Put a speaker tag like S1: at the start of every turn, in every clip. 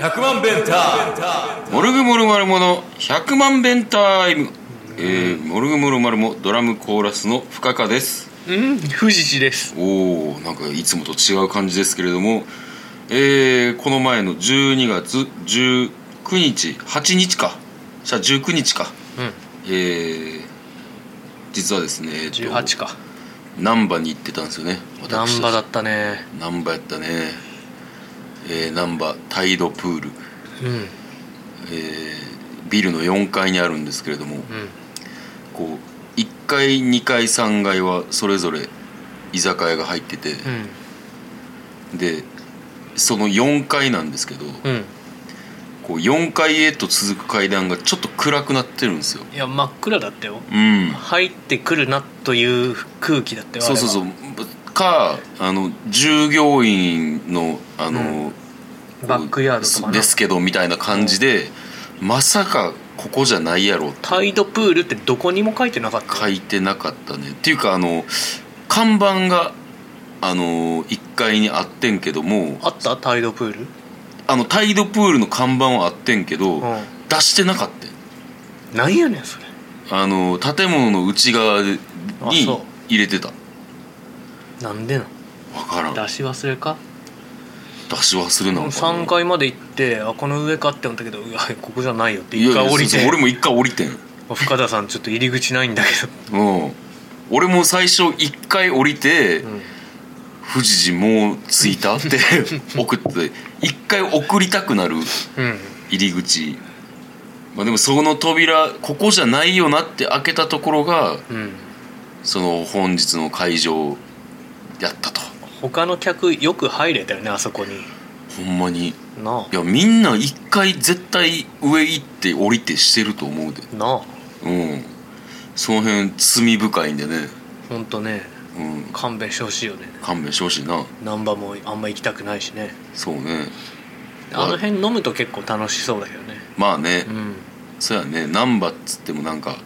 S1: 100万弁タ
S2: モルグモルマルモの100万弁タイム、えー、モルグモルマルモドラムコーラスの深川です
S3: うん、富士市です。
S2: おおなんかいつもと違う感じですけれども、えー、この前の12月19日8日かじゃあ19日か
S3: うん、
S2: えー、実はですねえっと
S3: 十八か。
S2: 難波に行ってたんですよね
S3: 難
S2: 私
S3: 波だ
S2: たち
S3: ったね。
S2: 難波やったねえー、難波タイドプール、
S3: うん、
S2: えービルの4階にあるんですけれども、
S3: うん、
S2: こう1階2階3階はそれぞれ居酒屋が入ってて、
S3: うん、
S2: でその4階なんですけど、
S3: うん。
S2: こう4階へと続く階段がちょっと暗くなってるんですよ
S3: いや、真っ暗だったよ。
S2: うん
S3: 入ってくるなという空気だったよ。。
S2: そうそうそううかあの従業員のあの、
S3: うん
S2: こう
S3: バックヤードとかな
S2: ですけどみたいな感じで、まさかここじゃないやろって
S3: タイドプールってどこにも書いてなかった。
S2: 書いてなかったねっていうかあの看板があの1階にあってんけども
S3: あったタイドプール。
S2: あのタイドプールの看板はあってんけど、
S3: うん。
S2: 出してなかったよ
S3: なんやねん、それ。
S2: あの建物の内側に
S3: あそ
S2: 入れてた
S3: なんでな
S2: 分からん
S3: ん。出し忘れか。
S2: 出し忘れなのかな
S3: 三階まで行って、あ、この上かって思ったけど、うわ、ここじゃないよって
S2: いや
S3: 一
S2: いや
S3: 回降
S2: そ
S3: り
S2: うそう
S3: て
S2: 俺。も一回降りてん
S3: 深田さん、ちょっと入り口ないんだけ
S2: うん俺も最初一回降りて、
S3: ど。うん。
S2: 富士寺もう着いたって 送って一回送りたくなる
S3: うん。
S2: 入り口まあでもその扉ここじゃないよなって開けたところが
S3: うん。
S2: その本日の会場やったと
S3: 他の客よく入れたよねあそこに
S2: ほんまに
S3: ない
S2: やみんな一回絶対上行って降りてしてると思うで
S3: あなあ
S2: うんその辺罪深いんでね
S3: ほんとね
S2: うん
S3: 勘弁してほしいよね
S2: 勘弁してほしいな
S3: 難波もあんま行きたくないしね
S2: そうね
S3: あの辺飲むと結構楽しそうだけどね
S2: まあね、
S3: うん
S2: そうやね難波っつってもなんか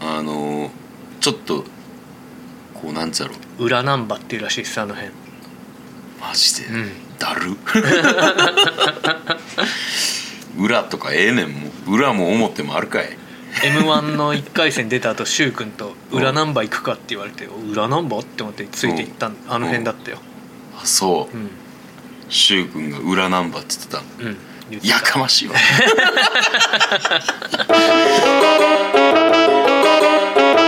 S2: あのーちょっとこうなんつうやろ
S3: 裏難波っていうらしいですあの辺
S2: マジで、
S3: うん
S2: だる 裏とかええねんもう裏も表もあるかい
S3: m 1の1回戦出た後柊君と「裏難波行くか」って言われて「裏難波?」って思ってついて行ったんあの辺だったよ
S2: あそ
S3: うん
S2: う柊君が裏ナンバーっつってた
S3: うん言ってた
S2: やかましいわ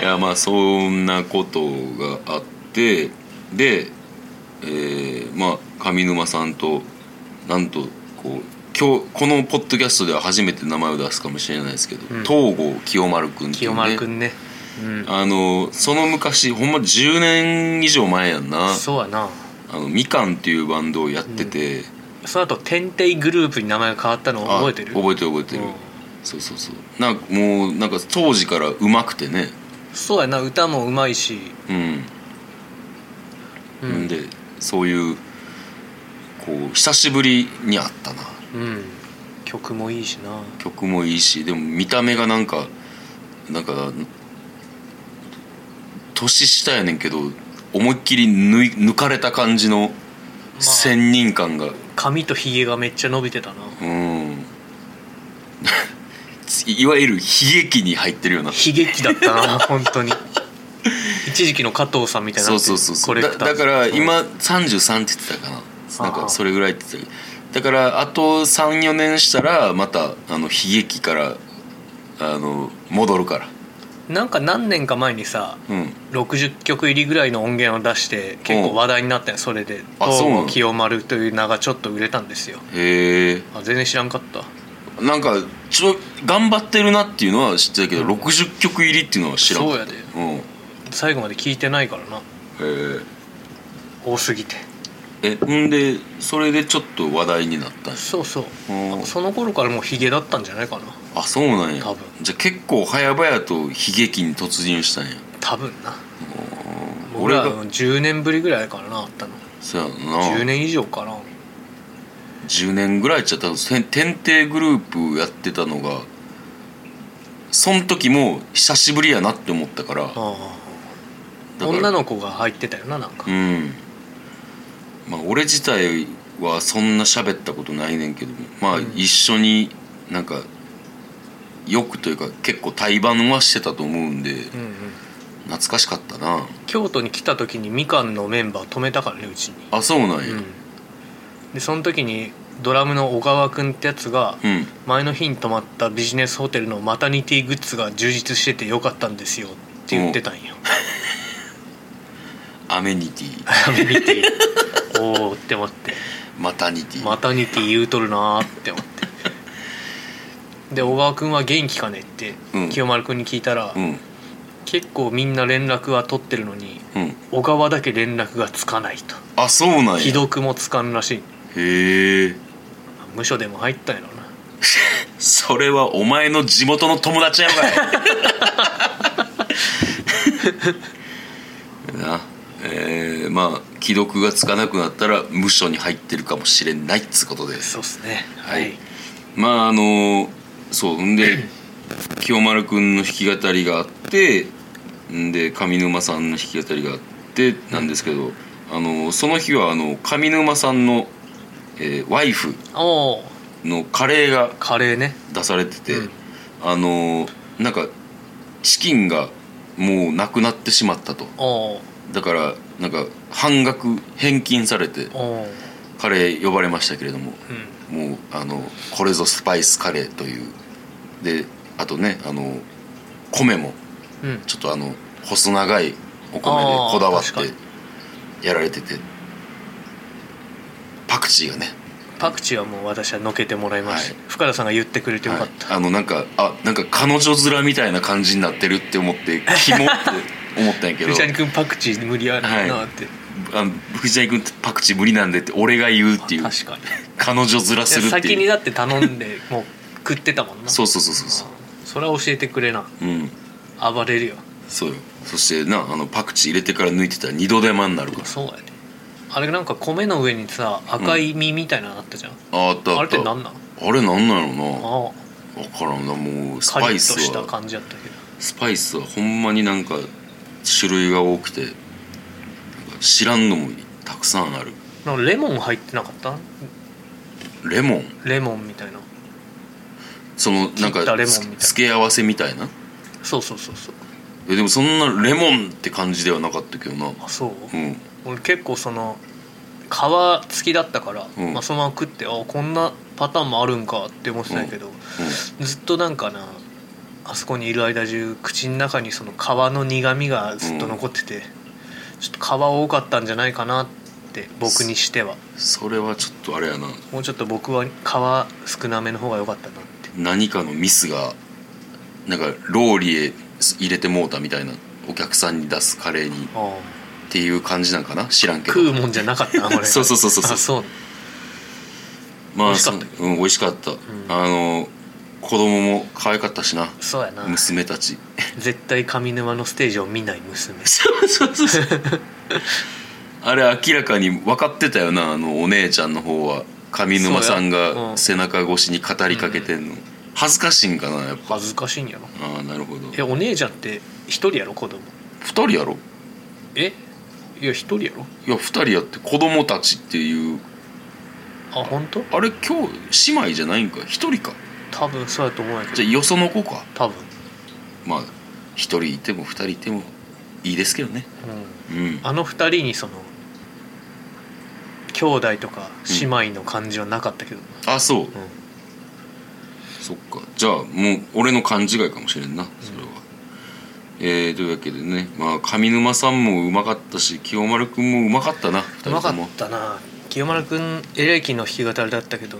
S2: いやまあそんなことがあってで、えーまあ上沼さんとなんとこう今日このポッドキャストでは初めて名前を出すかもしれないですけど、
S3: うん
S2: 東郷清丸君ってい
S3: 清
S2: う
S3: 丸
S2: ね
S3: 君ねうん
S2: あのその昔ほんま10年以上前やんな
S3: そうやな
S2: あのみかんっていうバンドをやってて、
S3: その後天帝グループに名前が変わったのを
S2: あ
S3: 覚えてる
S2: 覚えてる覚えてる、
S3: うん
S2: そうそうそうなんかもうなんか当時からうまくてね
S3: そうやな歌もうまいし
S2: うん、
S3: う
S2: うん、でそういうこう久しぶりに会ったな
S3: うん曲もいいしな
S2: 曲もいいしでも見た目がなんかなんか年下やねんけど思いっきり抜い抜かれた感じの仙人感が、
S3: 髪とひげがめっちゃ伸びてたな
S2: うん いわゆる悲劇に入ってるような
S3: 悲劇だっ たな本当に一時期の加藤さんみたいに
S2: そ
S3: な
S2: うそうそうそう
S3: コレ
S2: だ
S3: クター
S2: だから
S3: うん
S2: 今33って言ってたかななん
S3: あ
S2: か
S3: あ
S2: それぐらいって言ってただからあと34年したらまたあの悲劇からあの戻るから
S3: なんか何年か前にさ
S2: うん
S3: 60曲入りぐらいの音源を出して結構話題になったよそれで「
S2: あそうなの
S3: 東郷清丸」という名がちょっと売れたんですよ
S2: へえ
S3: あ全然知らんかった
S2: なんかちょ頑張ってるなっていうのは知ってたけど、60曲入りっていうのは知らん
S3: そうやで
S2: うんへ
S3: 最後まで聞いてないからな
S2: え
S3: 多すぎて
S2: えんでそれでちょっと話題になったんや
S3: そうそう
S2: うん
S3: その頃からもうヒゲだったんじゃないかな
S2: あそうなんや
S3: 多分
S2: じゃあ結構早々と悲劇に突入したんや
S3: 多分な
S2: うん
S3: 俺らの10年ぶりぐらいからなあったの
S2: そうやろな
S3: 10年以上かな
S2: 10年ぐらいちゃった天天帝グループやってたのがそん時も久しぶりやなって思ったから
S3: あ
S2: だから
S3: 女の子が入ってたよななんか、
S2: うんまあ俺自体はそんな喋ったことないねんけどもまあ
S3: うん
S2: 一緒になんかよくというか結構対バンはしてたと思うんで
S3: うんうん、
S2: 懐かしかったな
S3: 京都に来た時にみかんのメンバー止めたからねうちに
S2: あそうなんや
S3: うんでその時にドラムの小川君ってやつが
S2: うん、
S3: 前の日に泊まったビジネスホテルのマタニティグッズが充実しててよかったんですよって言ってたんよ
S2: アメニティ
S3: 見ておおって思って
S2: マタニ ティ、
S3: マタニティ言うとるなーって思ってで小川君は元気かねって
S2: うん
S3: 清丸君に聞いたら、
S2: うん
S3: 結構みんな連絡は取ってるのに
S2: うん
S3: 小川だけ連絡がつかないと
S2: あそうなんや
S3: 既読もつかんらしい
S2: へえ
S3: 無所でも入ったんやろな
S2: それはお前の地元の友達やんかいなえー、まあ既読がつかなくなったら無所に入ってるかもしれないっつことです
S3: そうっすね
S2: はいまああのそうんで清丸君の弾き語りがあってんで上沼さんの弾き語りがあってなんですけど、あのその日はあの上沼さんの、えーワイフ
S3: おお
S2: のカレーが
S3: カレーね
S2: 出されてて、
S3: うん
S2: あのーなんかチキンがもうなくなってしまったと
S3: おー
S2: だからなんか半額返金されて
S3: おー
S2: カレー呼ばれましたけれども
S3: うん
S2: もうあのこれぞスパイスカレーというであとねあの米も
S3: うん
S2: ちょっとあの細長いお米で
S3: あー
S2: こだわっ
S3: 確か
S2: てやられててパクチーがね
S3: パクチーはもう私はのけてもらいました、
S2: は
S3: 深田さんが言ってくれてよかった、
S2: はいあのなんかあなんか彼女面みたいな感じになってるって思ってキモって 思ったんやけど
S3: 藤谷君パクチー無理やなーって、
S2: あの藤谷君ってパクチー無理なんでって俺が言うっていう
S3: 確かに
S2: 彼女面するって
S3: 先に
S2: いう
S3: だって頼んでもう食ってたもん な
S2: そうそうそうそうそ
S3: それは教えてくれな
S2: ううん
S3: 暴れるよ
S2: そうよそしてなあのパクチー入れてから抜いてたら二度手間になるから
S3: そうやねあれなんか米の上にさ赤い実みたいなのあったじゃん、
S2: ああったあった
S3: あれってなんなん
S2: あれなんなの
S3: ああ
S2: な分からんなもうス
S3: カリ
S2: パ
S3: ッ
S2: イ
S3: と
S2: ス
S3: した
S2: は
S3: 感じやったけど
S2: スパイスはほんまになんか種類が多くてなんか知らんのもたくさんある
S3: なんかレモン入ってなかった
S2: レモン
S3: レモンみたいな
S2: そのなん
S3: 切った
S2: か
S3: レモン
S2: つ
S3: みたいな
S2: 付け合わせみたいな
S3: そうそうそうそう
S2: えでもそんなレモンって感じではなかったけどな
S3: あそう、
S2: うん
S3: 俺結構その皮付きだったから、
S2: うん
S3: まあ、そのまま食ってあこんなパターンもあるんかって思ってたんやけど、ずっとなんかなあそこにいる間中口の中にその皮の苦みがずっと残ってて、ちょっと皮多かったんじゃないかなって僕にしては
S2: それはちょっとあれやな
S3: もうちょっと僕は皮少なめの方が良かったなって
S2: 何かのミスがなんかローリエ入れてもうたみたいなお客さんに出すカレーにっ
S3: あ
S2: ていう感じなんかな知らん
S3: あ
S2: けど
S3: 食うもんじゃなかったなこれ
S2: そうそうそうそうそう
S3: あそう
S2: ま
S3: 美
S2: あ
S3: 味し
S2: そ
S3: かっ
S2: う
S3: たけ
S2: うん美味しかったあの子供も可愛かったしな
S3: そうやな
S2: 娘たち
S3: 絶対上沼のステージを見ない娘
S2: そうそうそうそうあれ明らかに分かってたよなあのお姉ちゃんの方は上沼さん
S3: そうやう
S2: が
S3: ん
S2: 背中越しに語りかけてんの恥ずかしいんかなやっぱ
S3: 恥ずかしいんやろ
S2: ああなるほど
S3: えお姉ちゃんって一人やろ子供
S2: 2人やろ
S3: えいや一人やろ
S2: いや2人やって子供たちっていう
S3: あ本当
S2: あれ今日姉妹じゃないんか1人か
S3: 多分そうやと思うんやけ
S2: じ
S3: ど
S2: ゃあよその子か
S3: 多分
S2: まあ1人いても2人いてもいいですけどね
S3: うん
S2: うん
S3: あの二人にその兄弟とか姉妹の感じはなかったけど、
S2: あそう
S3: うん
S2: そっかじゃあもう俺の勘違いかもしれんなそれは、えー、というわけでねまあ上沼さんもうまかったし清丸くんもうまかったな
S3: う
S2: 2人
S3: まか
S2: と
S3: っ
S2: も
S3: たな清丸君エレキの弾き語りだったけど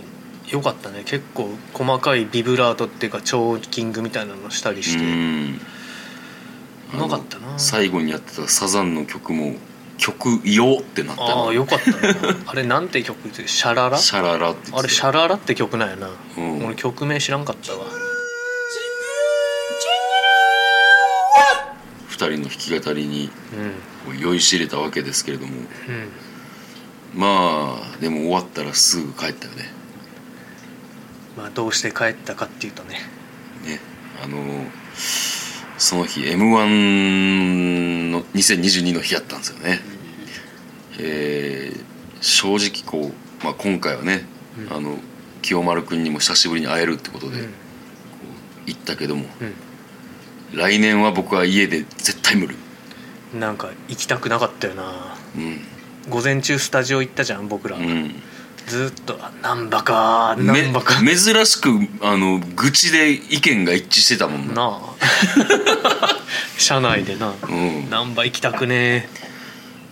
S3: よかったね結構細かいビブラートっていうかチョーキングみたいなのしたりして、
S2: うん
S3: うまかったな
S2: あの最後にやってたサザンの曲も曲「よ」ってなった
S3: ああ
S2: よ
S3: よかっ たなあれなんて曲ってシャララ
S2: シャララって言ってた
S3: あれ「シャララ」って曲なんやな、
S2: うん
S3: 俺曲名知らんかったわ
S2: 二人の弾き語りに
S3: うん
S2: こう酔いしれたわけですけれども
S3: うん
S2: まあでも終わったらすぐ帰ったよね
S3: まあどうして帰ったかっていうとね
S2: ねあのその日 m 1の2022の日やったんですよね、えー正直こう、まあ、今回はね、
S3: うん
S2: あの清丸君にも久しぶりに会えるってことで
S3: うん
S2: 行ったけども、
S3: うん
S2: 来年は僕は家で絶対無理
S3: なんか行きたくなかったよな
S2: うん、
S3: 午前中スタジオ行ったじゃん僕ら、
S2: うん、
S3: ずっとあ「なんばかな
S2: め
S3: んばか」
S2: 珍しくあの愚痴で意見が一致してたもんな、
S3: な あ 車内でな
S2: うん、
S3: 難波行きたくね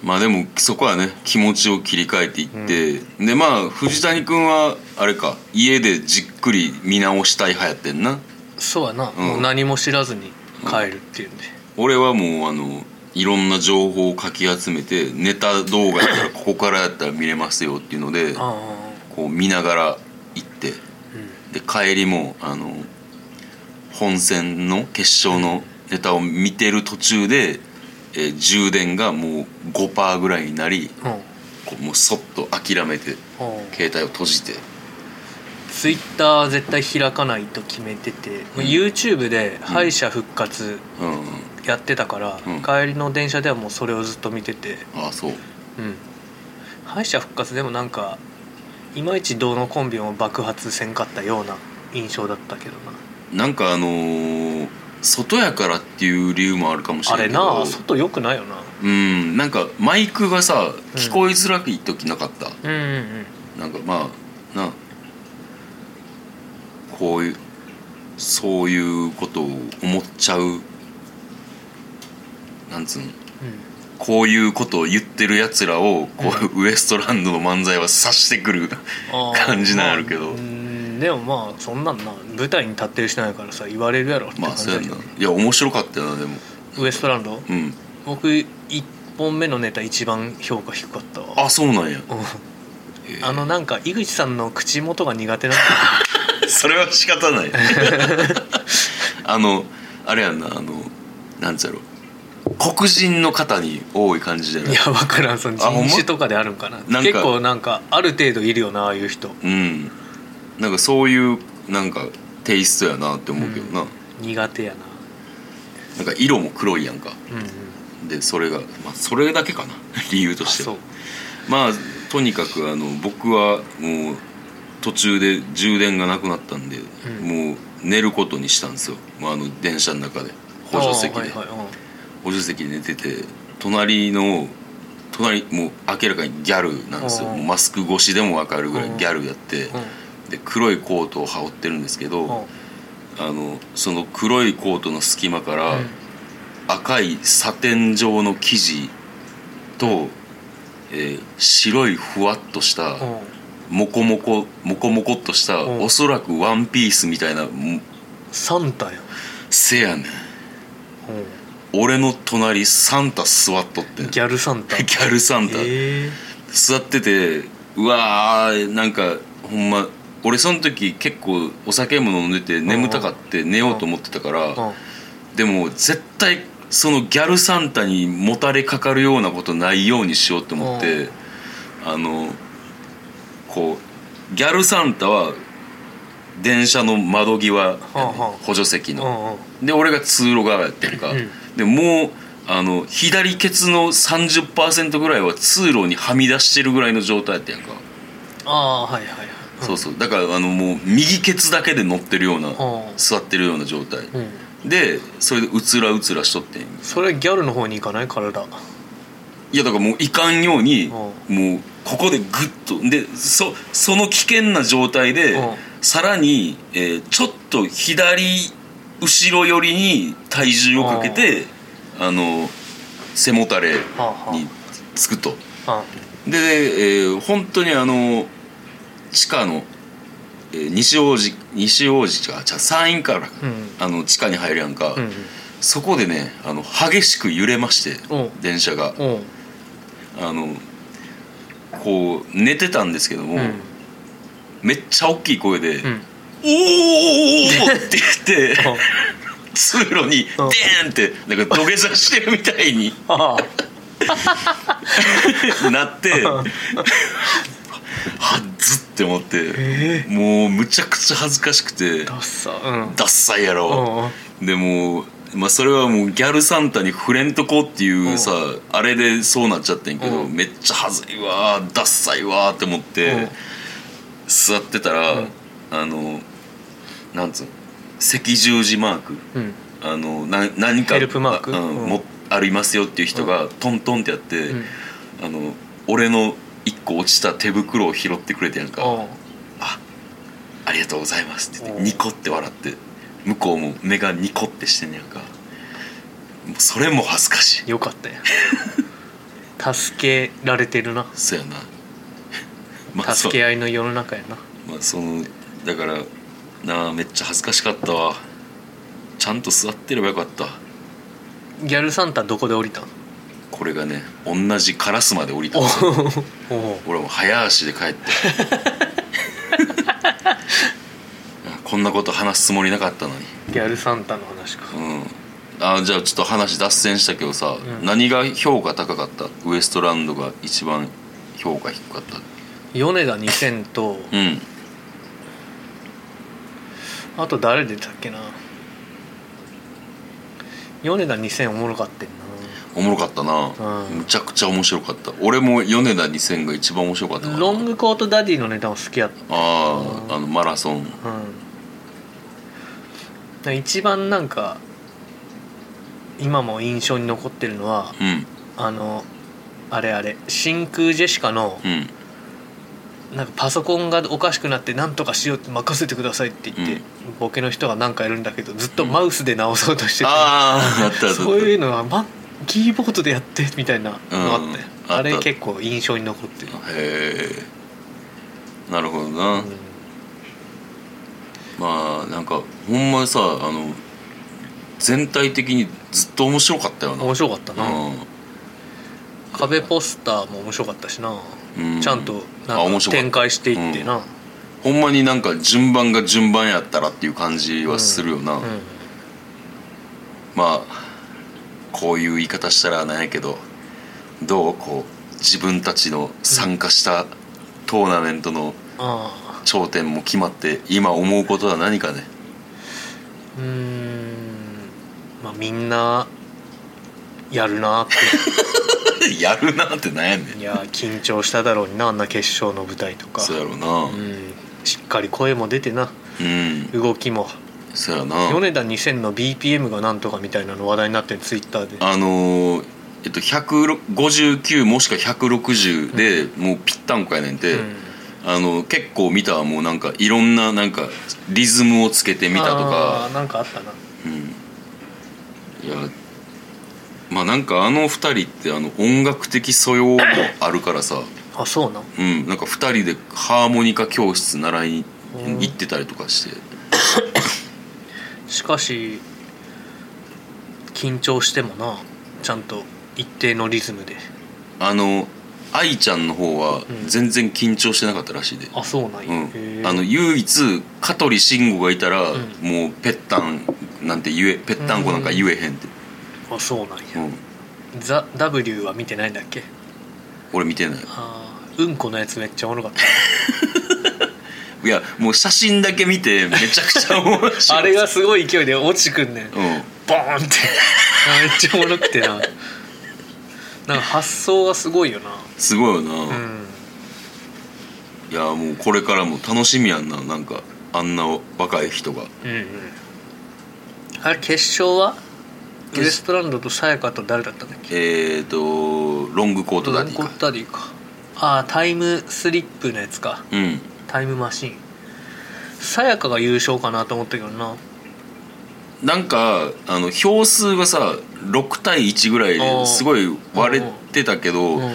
S2: まあでもそこはね気持ちを切り替えていって、でまあ藤谷君はあれか家でじっくり見直したい派やってんな
S3: そうやな、
S2: ん
S3: もう何も知らずに帰るっていうんで、
S2: 俺はもうあのいろんな情報をかき集めてネタ動画やったらここからやったら見れますよっていうので
S3: あ
S2: こう見ながら行って
S3: あう
S2: で帰りもあの本戦の決勝のネタを見てる途中で、えー充電がもう5%ぐらいになり
S3: んうん
S2: こうもうそっと諦めて携帯を閉じて。
S3: ツイッター絶対開かないと決めてて、YouTube で敗者復活
S2: うんうん
S3: やってたから、
S2: うん
S3: 帰りの電車ではもうそれをずっと見てて
S2: ああそう
S3: うん敗者復活でもなんかいまいちどのコンビも爆発せんかったような印象だったけどな
S2: なんかあのー外やからっていう理由もあるかもし
S3: あ
S2: れない
S3: れ
S2: けど
S3: な外良くないよな
S2: うんなんかマイクがさ聞こえづらい時なかった、
S3: うんうん
S2: なんかまあなこういうそういうことを思っちゃうなんつうのこういうことを言ってるやつらをこう、ウエストランドの漫才は察してくる
S3: うん
S2: 感じなんやろけど
S3: まあうんでもまあそんなんな舞台に立ってる人なんやからさ言われるやろって
S2: ま
S3: 感
S2: あ
S3: じ
S2: そう
S3: だ
S2: や
S3: け
S2: んな
S3: ど、
S2: いや面白かったよなでも
S3: ウエストランド
S2: うん
S3: 僕1本目のネタ一番評価低かったわ
S2: あそうなんや
S3: うん
S2: へえ
S3: あのなんか井口さんの口元が苦手な
S2: それは仕方 ないあのあれやんなあのなんつうやろ黒人の方に多い感じじゃ ない
S3: いや分からんその人
S2: あほんま
S3: 種とかであるんかな
S2: か
S3: 結構なんかある程度いるよなああいう人
S2: うんなんかそういうなんかテイストやなって思うけどな、
S3: 苦手やな
S2: なんか色も黒いやんか
S3: うんうん
S2: でそれが、まあ、それだけかな 理由と
S3: あ
S2: して
S3: そ
S2: は
S3: う
S2: まあとにかくあの僕はもう途中で充電がなくなったんで、
S3: ん
S2: もう寝ることにしたんですよ、まあ、あの電車の中で補助席で、
S3: ああはいはい
S2: 補助席で寝てて隣の隣もう明らかにギャルなんですよ
S3: うん
S2: マスク越しでも分かるぐらいギャルやって
S3: うん
S2: で黒いコートを羽織ってるんですけ
S3: うん
S2: どあのその黒いコートの隙間か
S3: う
S2: ら
S3: ん
S2: 赤いサテン状の生地と、えー白いふわっとした
S3: うん
S2: モコモコモコモコっとした
S3: うん
S2: おそらくワンピースみたいなも
S3: サンタやん
S2: せやねん
S3: う
S2: 俺の隣サンタ座っとってん
S3: んギャルサンタ
S2: ギャルサンタ、
S3: ええ
S2: 座っててうわーなんかほんま俺その時結構お酒も飲んでて眠たかって寝ようと思ってたからでも絶対そのギャルサンタにもたれかかるようなことないようにしようと思ってあのこうギャルサンタは電車の窓際
S3: はあ
S2: 補助席
S3: う
S2: の
S3: んうん
S2: で俺が通路側やってるか、
S3: うん
S2: でもうあの左ケツの30%ぐらいは通路にはみ出してるぐらいの状態やったやんか、
S3: ああはいはいはい
S2: そうそうだからあのもう右ケツだけで乗ってるような、
S3: ん
S2: 座ってるような状態、
S3: うんうん
S2: でそれでうつらうつらしとってん
S3: それギャルの方に行かない体
S2: いやだからもういかんように、
S3: ん
S2: もうここでグッとでそその危険な状態で、
S3: うん
S2: さらに、えーちょっと左後ろ寄りに体重をかけて、あの背もたれ
S3: はあは
S2: につくと
S3: あ
S2: で、えー本当にあの地下の、えー西大路西大路かじゃあ山陰から、
S3: うん
S2: あの地下に入るやんか、
S3: うん
S2: そこでねあの激しく揺れまして
S3: うん
S2: 電車が
S3: うんうん
S2: あのこう寝てたんですけども、
S3: うん
S2: めっちゃ大きい声で「
S3: う
S2: お
S3: ん
S2: ーおーおーおーって言 って通路にデーンってなんか土下座してるみたい に
S3: ああ
S2: なってはっずって思って
S3: ええ
S2: もうむちゃくちゃ恥ずかしくて
S3: ダッサうん
S2: ダッサいやろ
S3: うん
S2: でもうまあ、それはもうギャルサンタに触れんとこっていうさ、
S3: う
S2: あれでそうなっちゃってんけど、
S3: うん
S2: めっちゃはずいわーダッサいわーって思って、
S3: うん
S2: 座ってたら、
S3: うん
S2: あのなんつうの赤十字マーク
S3: うん
S2: あのな何か
S3: ヘルプマーク
S2: あうん
S3: うん
S2: もありますよっていう人がトントンってやって、
S3: うん
S2: あの俺の一個落ちた手袋を拾ってくれてやんか、
S3: おう
S2: あありがとうございますって言っ
S3: お
S2: て
S3: う
S2: ニコって笑って向こうも目がニコってしてんねやんかもうそれも恥ずかしい
S3: よかった よ助けられてるな
S2: そうやな まあそ
S3: 助け合いの世の中やな
S2: まあそのだからなあめっちゃ恥ずかしかったわちゃんと座ってればよかった
S3: ギャルサンタどこで降りたん
S2: これがね同じカラスまで降りた
S3: お
S2: ん
S3: う
S2: ですよ
S3: おう
S2: 俺も早足で帰っ てあこんなこと話すつもりなかったのに
S3: ギャルサンタの話か
S2: うん、あじゃあちょっと話脱線したけどさ、
S3: うん
S2: 何が評価高かったウエストランドが一番評価低かった
S3: 米田2000と
S2: うん
S3: あと誰出たっけな米田2000おもろかってん
S2: おもろかったな、
S3: うん
S2: むちゃくちゃ面白かった俺も米田2000が一番面白かったか
S3: な
S2: な
S3: ロングコートダディのネタも好きやっ
S2: あああのマラソン
S3: たうんだから一番なんか今も印象に残ってるのは
S2: うん
S3: あのあれあれ真空ジェシカの
S2: うん
S3: なんかパソコンがおかしくなって何とかしようって任せてくださいって言って、ボケの人が何かやるんだけどずっとマウスで直そうとしてて、
S2: あああったあった
S3: そういうのは、ま、キーボードでやってみたいなのあって、
S2: うんあった
S3: あれ結構印象に残ってる、
S2: へえなるほどな、
S3: うん
S2: まあなんかほんまさあの全体的にずっと面白かったよな
S3: 面白かったな、
S2: うん
S3: 壁ポスターも面白かったしな、
S2: うん
S3: ちゃんと
S2: あ
S3: なん
S2: 面
S3: か
S2: 白かった
S3: 展開していってな、
S2: ほんまになんか順番が順番やったらっていう感じはするよな、
S3: うん
S2: まあこういう言い方したらなんやけどどうこう自分たちの参加したトーナメントの
S3: ああ
S2: 頂点も決まって今思うことは何かね
S3: うーんまあみんなやるなって
S2: やるなってなんやねん
S3: いや緊張しただろうになあんな決勝の舞台とか
S2: そうやろな
S3: うんしっかり声も出てな
S2: うん
S3: 動きも
S2: そうやな
S3: 米田2000の BPM がなんとかみたいなの話題になってるツイッターで
S2: あのーえっと159もしくは160でもうぴったんこやねんて、
S3: うん
S2: あの結構見たわもうなんかいろんななんかリズムをつけてみたと
S3: あ
S2: か
S3: ーなんかあったな
S2: いやまあなんかあの二人ってあの音楽的素養もあるからさ、
S3: あそうなん
S2: うん、なんか二人でハーモニカ教室習いに行ってたりとかして
S3: しかし緊張してもなちゃんと一定のリズムで
S2: あの愛ちゃんの方は
S3: うん
S2: 全然緊張してなかったらしいで、
S3: あそうなんや、へ
S2: うん、
S3: ー
S2: あの唯一香取慎吾がいたら、
S3: ん
S2: もうぺったんなんて言えぺったんこなんか言えへんって、
S3: あそうなん
S2: う
S3: や、
S2: ん、
S3: ザ・ W は見てないんだっけ
S2: 俺見てない
S3: あーうんこのやつめっちゃおもろかっ
S2: いやもう写真だけ見てめちゃくちゃ面白い
S3: た あれがすごい勢いで落ちてくんねん
S2: うん
S3: ボーンってめっちゃおもろくてななんか発想がすごいよな
S2: すごいよな、
S3: うん
S2: いやもうこれからも楽しみやんななんかあんな若い人が
S3: うんうんあれ決勝はウ
S2: 決
S3: エストランドとさやかと誰だったんだっけ
S2: えっ、ー、とロングコートダディ
S3: コ
S2: か
S3: ッタディかああタイムスリップのやつか
S2: うん
S3: タイムマシンさやかが優勝かなと思ったけどな
S2: なんかあの票数がさ6対1ぐらいですごい割れてたけど、
S3: うん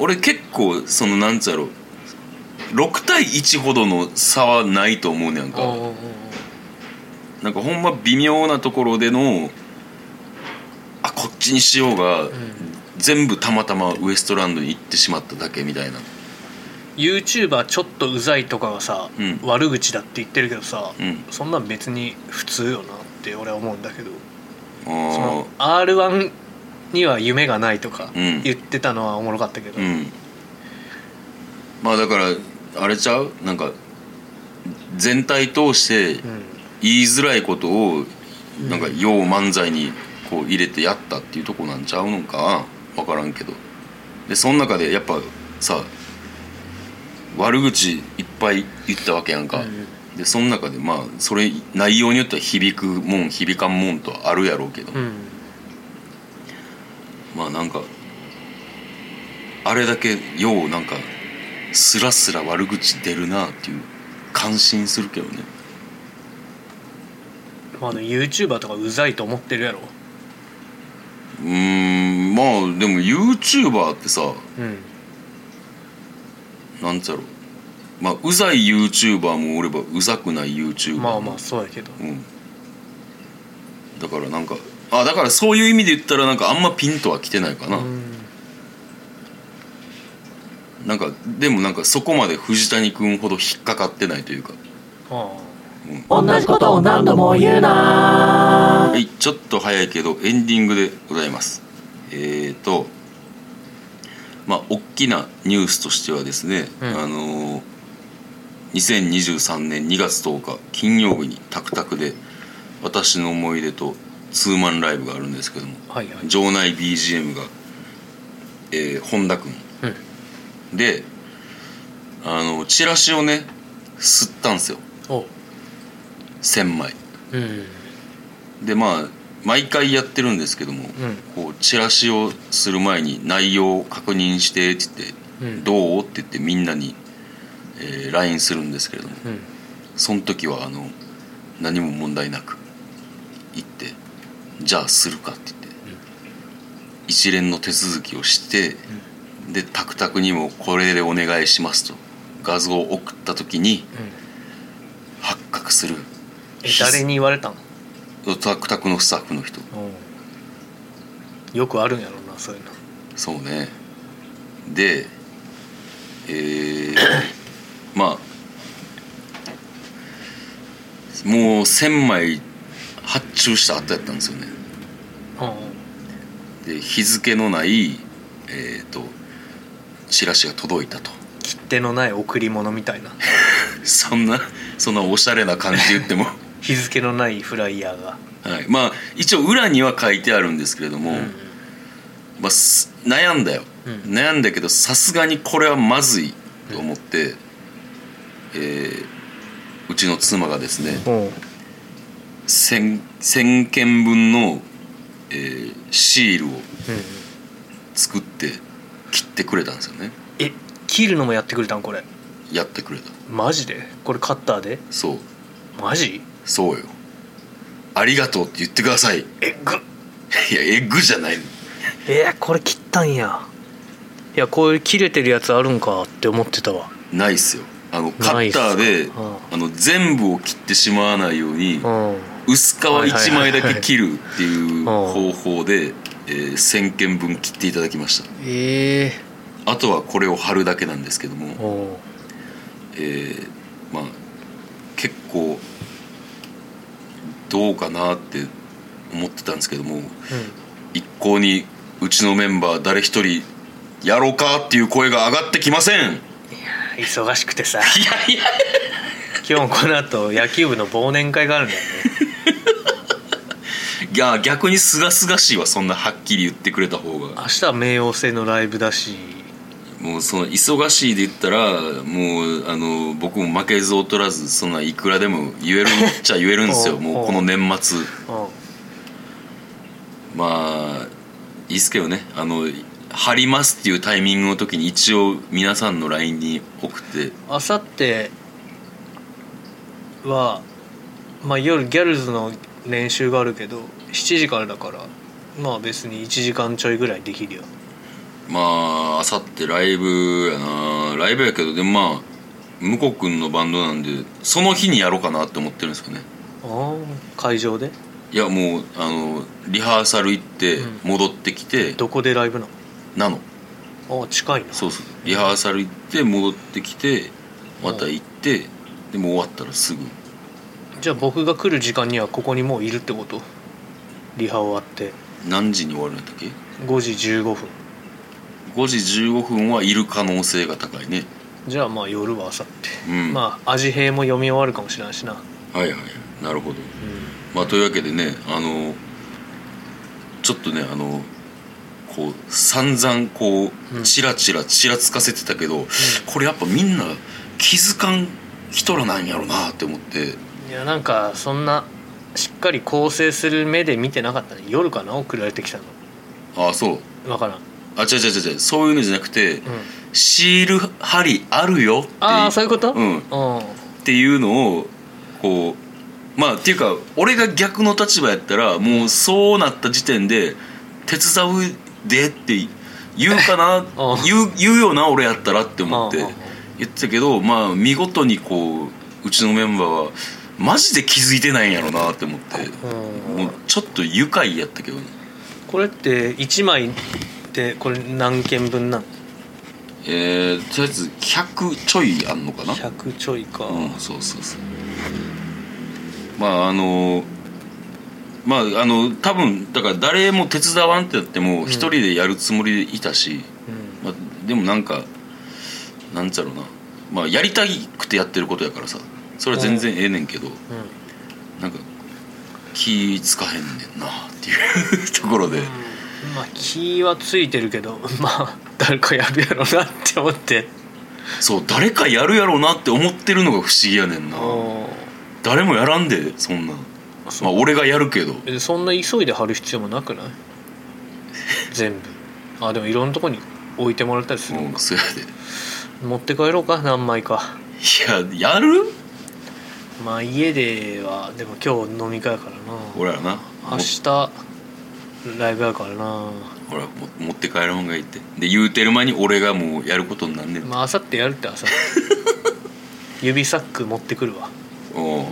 S2: 俺結構そのなんつうやろ6対1ほどの差はないと思うねやんか、
S3: うんうんうん
S2: なんかほんま微妙なところでのあこっちにしようが、全部たまたまウエストランドに行ってしまっただけみたいな
S3: YouTuber ちょっとうざいとかがさ、
S2: うん
S3: 悪口だって言ってるけどさ、
S2: うん
S3: そんなん別に普通よなって俺は思うんだけど
S2: あ
S3: そ
S2: ー
S3: の r 1には夢がないとか
S2: うん
S3: 言ってたのはおもろかったけど、
S2: うんまあだからあれちゃうなんか全体通して
S3: うん
S2: 言いづらいことをなんかよう漫才にこう入れてやったっていうとこなんちゃうのかな分からんけどでその中でやっぱさ悪口いっぱい言ったわけやんか、でその中でまあそれ内容によっては響くもん響かんもんとはあるやろうけど、
S3: うん
S2: まあなんかあれだけようなんかスラスラ悪口出るなっていう感心するけどね
S3: まあね YouTuber とかうざいと思ってるやろ
S2: うーんまあでも YouTuber ってさ
S3: うん
S2: なんちゃろうまあうざい YouTuber もおればうざくない YouTuber も
S3: まあまあそうやけど
S2: うんだからなんかあだからそういう意味で言ったらなんかあんまピンとは来てないかな、
S3: うん
S2: なんかでもなんかそこまで藤谷君ほど引っかかってないというか
S3: あ
S4: 同じことを何度も言うな
S2: はい、ちょっと早いけどエンディングでございます。えーと、まあ大きなニュースとしてはですね、
S3: うん
S2: あのー2023年2月10日金曜日にタクタクで私の思い出とツーマンライブがあるんですけども、
S3: あはいはい
S2: 場内 BGM が、えー本田君
S3: うん
S2: で、あのチラシをね吸ったんですよ、
S3: おう
S2: 1000枚。
S3: うん
S2: でまあ毎回やってるんですけども、
S3: ん
S2: こうチラシをする前に内容を確認してって言って「
S3: うん
S2: どう?」って言ってみんなに、えー LINE するんですけれども
S3: うん
S2: その時はあの何も問題なく行って「じゃあするか」って言って、一連の手続きをして、でタクタクにも「これでお願いします」と画像を送った時に発覚する
S3: え誰に言われたの
S2: タクタクのスタッフの人
S3: よくあるんやろなそういうの
S2: そうねでえー まあもう1,000枚発注した後やったんですよねで日付のないえっ、とチラシが届いたと
S3: 切手のない贈り物みたいな
S2: そんなそんなおしゃれな感じ言っても
S3: 日付のないフライヤーが
S2: はいまあ一応裏には書いてあるんですけれども、
S3: うん
S2: まあ、す悩んだよ、
S3: うん
S2: 悩んだけどさすがにこれはまずいと思って、うえーうちの妻がですね
S3: おう
S2: 1000 1000件分の、えーシールを作って切ってくれたんですよね
S3: え切るのもやってくれたんこれ
S2: やってくれた
S3: マジでこれカッターで
S2: そう
S3: マジ
S2: そうよありがとうって言ってください い
S3: えぐ
S2: やエッグじゃない
S3: えーこれ切ったんやいやこういう切れてるやつあるんかって思ってたわ
S2: ないっすよあのカ
S3: な
S2: ッ
S3: いっすか
S2: ターで、
S3: うん
S2: あの全部を切ってしまわないように、
S3: うん
S2: 薄皮1枚だけ切るっていう
S3: はいはい
S2: 方法で、えー1000件分切っていただきました
S3: え
S2: あとはこれを貼るだけなんですけど
S3: ー、
S2: も、
S3: おう
S2: えーまあ結構どうかなって思ってたんですけども一向にうちのメンバー誰一人やろうかっていう声が上がってきませんいや
S3: 忙しくてさ
S2: いや
S3: 今日この後野球部の忘年会があるんだよね
S2: いや逆にすがすがしいわそんなはっきり言ってくれた方が
S3: 明日は冥王星のライブだし
S2: もうその忙しいで言ったらもうあの僕も負けず劣らずそんないくらでも言えるっちゃ言えるんですよ
S3: おう
S2: もうこの年末
S3: うん
S2: まあいいっすけどねあの貼りますっていうタイミングの時に一応皆さんの LINE に送って
S3: あさっては、まあ、夜ギャルズの練習があるけど7時からだからまあ別に1時間ちょいぐらいできるよ
S2: まああさってライブやなライブやけどでもまあ向こう君のバンドなんでその日にやろうかなって思ってるんですよね
S3: ああ会場で
S2: いやもうあのリハーサル行って
S3: うん
S2: 戻ってきて、
S3: どこでライブな
S2: なの
S3: のああ近いな
S2: そうそうリハーサル行って戻ってきてまた行ってでもう終わったらすぐ
S3: じゃあ僕が来る時間にはここにもういるってことリハ終わって
S2: 何時に終わるんだっけ
S3: 5時15分
S2: 5時15分はいる可能性が高いね
S3: じゃあまあ夜はあさって、
S2: うん
S3: まあ味平も読み終わるかもしれないしな
S2: はいはいなるほど
S3: うん
S2: まあ、というわけでねあのちょっとねあのこう散々こ
S3: う
S2: うんチラチラちらつかせてたけど、これやっぱみんな気づかん人らなんやろなって思って
S3: いやなんかそんなしっかり構成する目で見てなかったね夜かな送られてきたの
S2: ああそう
S3: 分からん、うん、
S2: あ違う違う違う違うそういうのじゃなくて、シール貼りあるよってい
S3: ああそういうこと
S2: うん、っ
S3: うん
S2: ていうのをこうまあっていうか俺が逆の立場やったらもうそうなった時点で「手伝うで」って言うか な
S3: うん
S2: 言う言うよな俺やったらって思っ
S3: うん
S2: て
S3: うんうん
S2: 言ってたけどまあ見事にこううちのメンバーはマジで気づいてないんやろなって思って
S3: うん
S2: もうちょっと愉快やったけどね
S3: これって1枚ってこれ何件分なの
S2: えー、とりあえず100ちょいあんのかな
S3: 100ちょいか、
S2: うん、そうそうそうまああのまああの多分だから誰も手伝わんってなっても一人でやるつもりでいたし、
S3: うん
S2: まあ、でもなんかなんちゃろうな、まあ、やりたくてやってることやからさそれは全然ええねんけど、なんか気つかへんねんなっていうところで、
S3: うんまあ気はついてるけど まあ誰かやるやろなって思って
S2: そう誰かやるやろうなって思ってるのが不思議やねんな誰もやらんでそんなんまあ俺がやるけど
S3: えそんな急いで貼る必要もなくない全部あでもいろんなとこに置いてもらったりする
S2: も
S3: の
S2: う
S3: か、
S2: そやで。
S3: 持って帰ろうか何枚か
S2: いややる
S3: まあ家ではでも今日飲み会やからな
S2: 俺らな
S3: 明日ライブやからな
S2: ほらも持って帰る方がいいってで言うてる間に俺がもうやることになんねん、
S3: まあ明後日やるって明後 日指サック持ってくるわ
S2: おう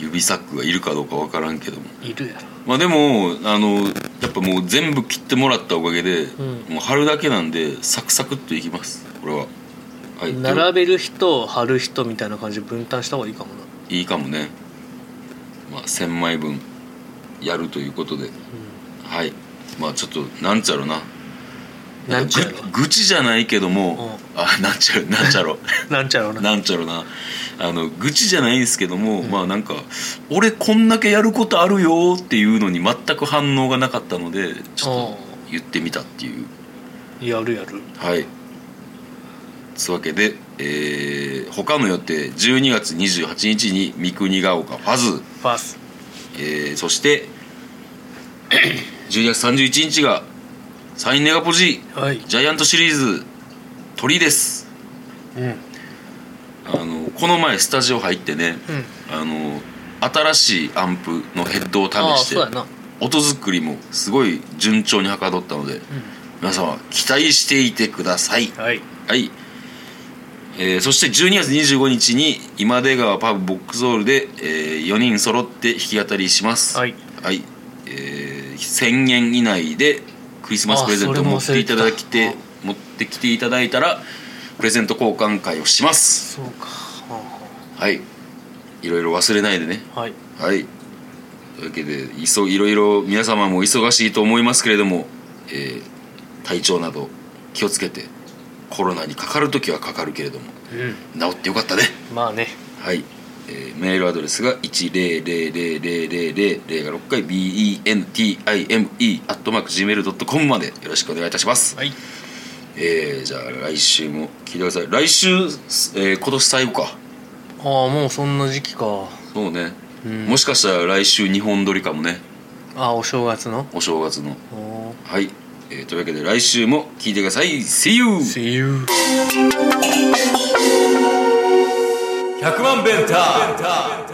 S2: 指サックがいるかどうか分からんけども
S3: いるやろ
S2: まあでもあのやっぱもう全部切ってもらったおかげで、
S3: ん
S2: もう貼るだけなんでサクサクっといきますこれははい
S3: 並べる人貼る人みたいな感じで分担した方がいいかもな、
S2: いいかもねまあ1000枚分やるということではいまあちょっとなんちゃろな
S3: うん、なんちゃら
S2: ぐ愚痴じゃないけども、あなんちゃろなんちゃろ
S3: なんちゃらな
S2: なんちゃろなあの愚痴じゃないんですけども、まあなんか俺こんだけやることあるよっていうのに全く反応がなかったのでちょっと言ってみたっていう
S3: やるやる
S2: はいそういうわけで、えー他の予定12月28日に三国ヶ丘ファズ、
S3: パス
S2: えーそして12月31日がサインネガポジ
S3: はい
S2: ジャイアントシリーズ鳥です
S3: うんうん
S2: あのこの前スタジオ入ってね、あの新しいアンプのヘッドを試
S3: ああ
S2: して
S3: そうやな、うん、
S2: 音作りもすごい順調にはかどったので皆様期待していてください
S3: はい
S2: はい、えーそして12月25日に今出川パブボックスホールで、え4人揃って弾き語りします
S3: はい、
S2: はいえー1000円以内でクリスマスプレゼントを
S3: あ
S2: 持っ
S3: そ
S2: て
S3: れ
S2: い
S3: も忘
S2: た
S3: れてた
S2: だきて持ってきていただいたらプレゼント交換会をします
S3: そうか、は
S2: はいいろいろ忘れないでね
S3: あはあはい
S2: はい。というわけで、いそいろいろ皆様も忙しいと思いますけれども、えー体調など気をつけて、コロナにかかるときはかかるけれども、
S3: う
S2: 治ってよかったね。
S3: んまあね
S2: はい。えーメールアドレスが1000000が6回 bentime.gmail.com までよろしくお願いいたします。
S3: はい
S2: えーじゃあ来週も聞いてください。来週、えー今年最後か。
S3: ああもうそんな時期か
S2: そうね。
S3: うん
S2: もしかしたら来週日本撮りかもね。
S3: ああお正月の
S2: お正月の。
S3: おー
S2: はい、えーというわけで来週も聞いてください See you!
S3: See you
S1: 100万ベンター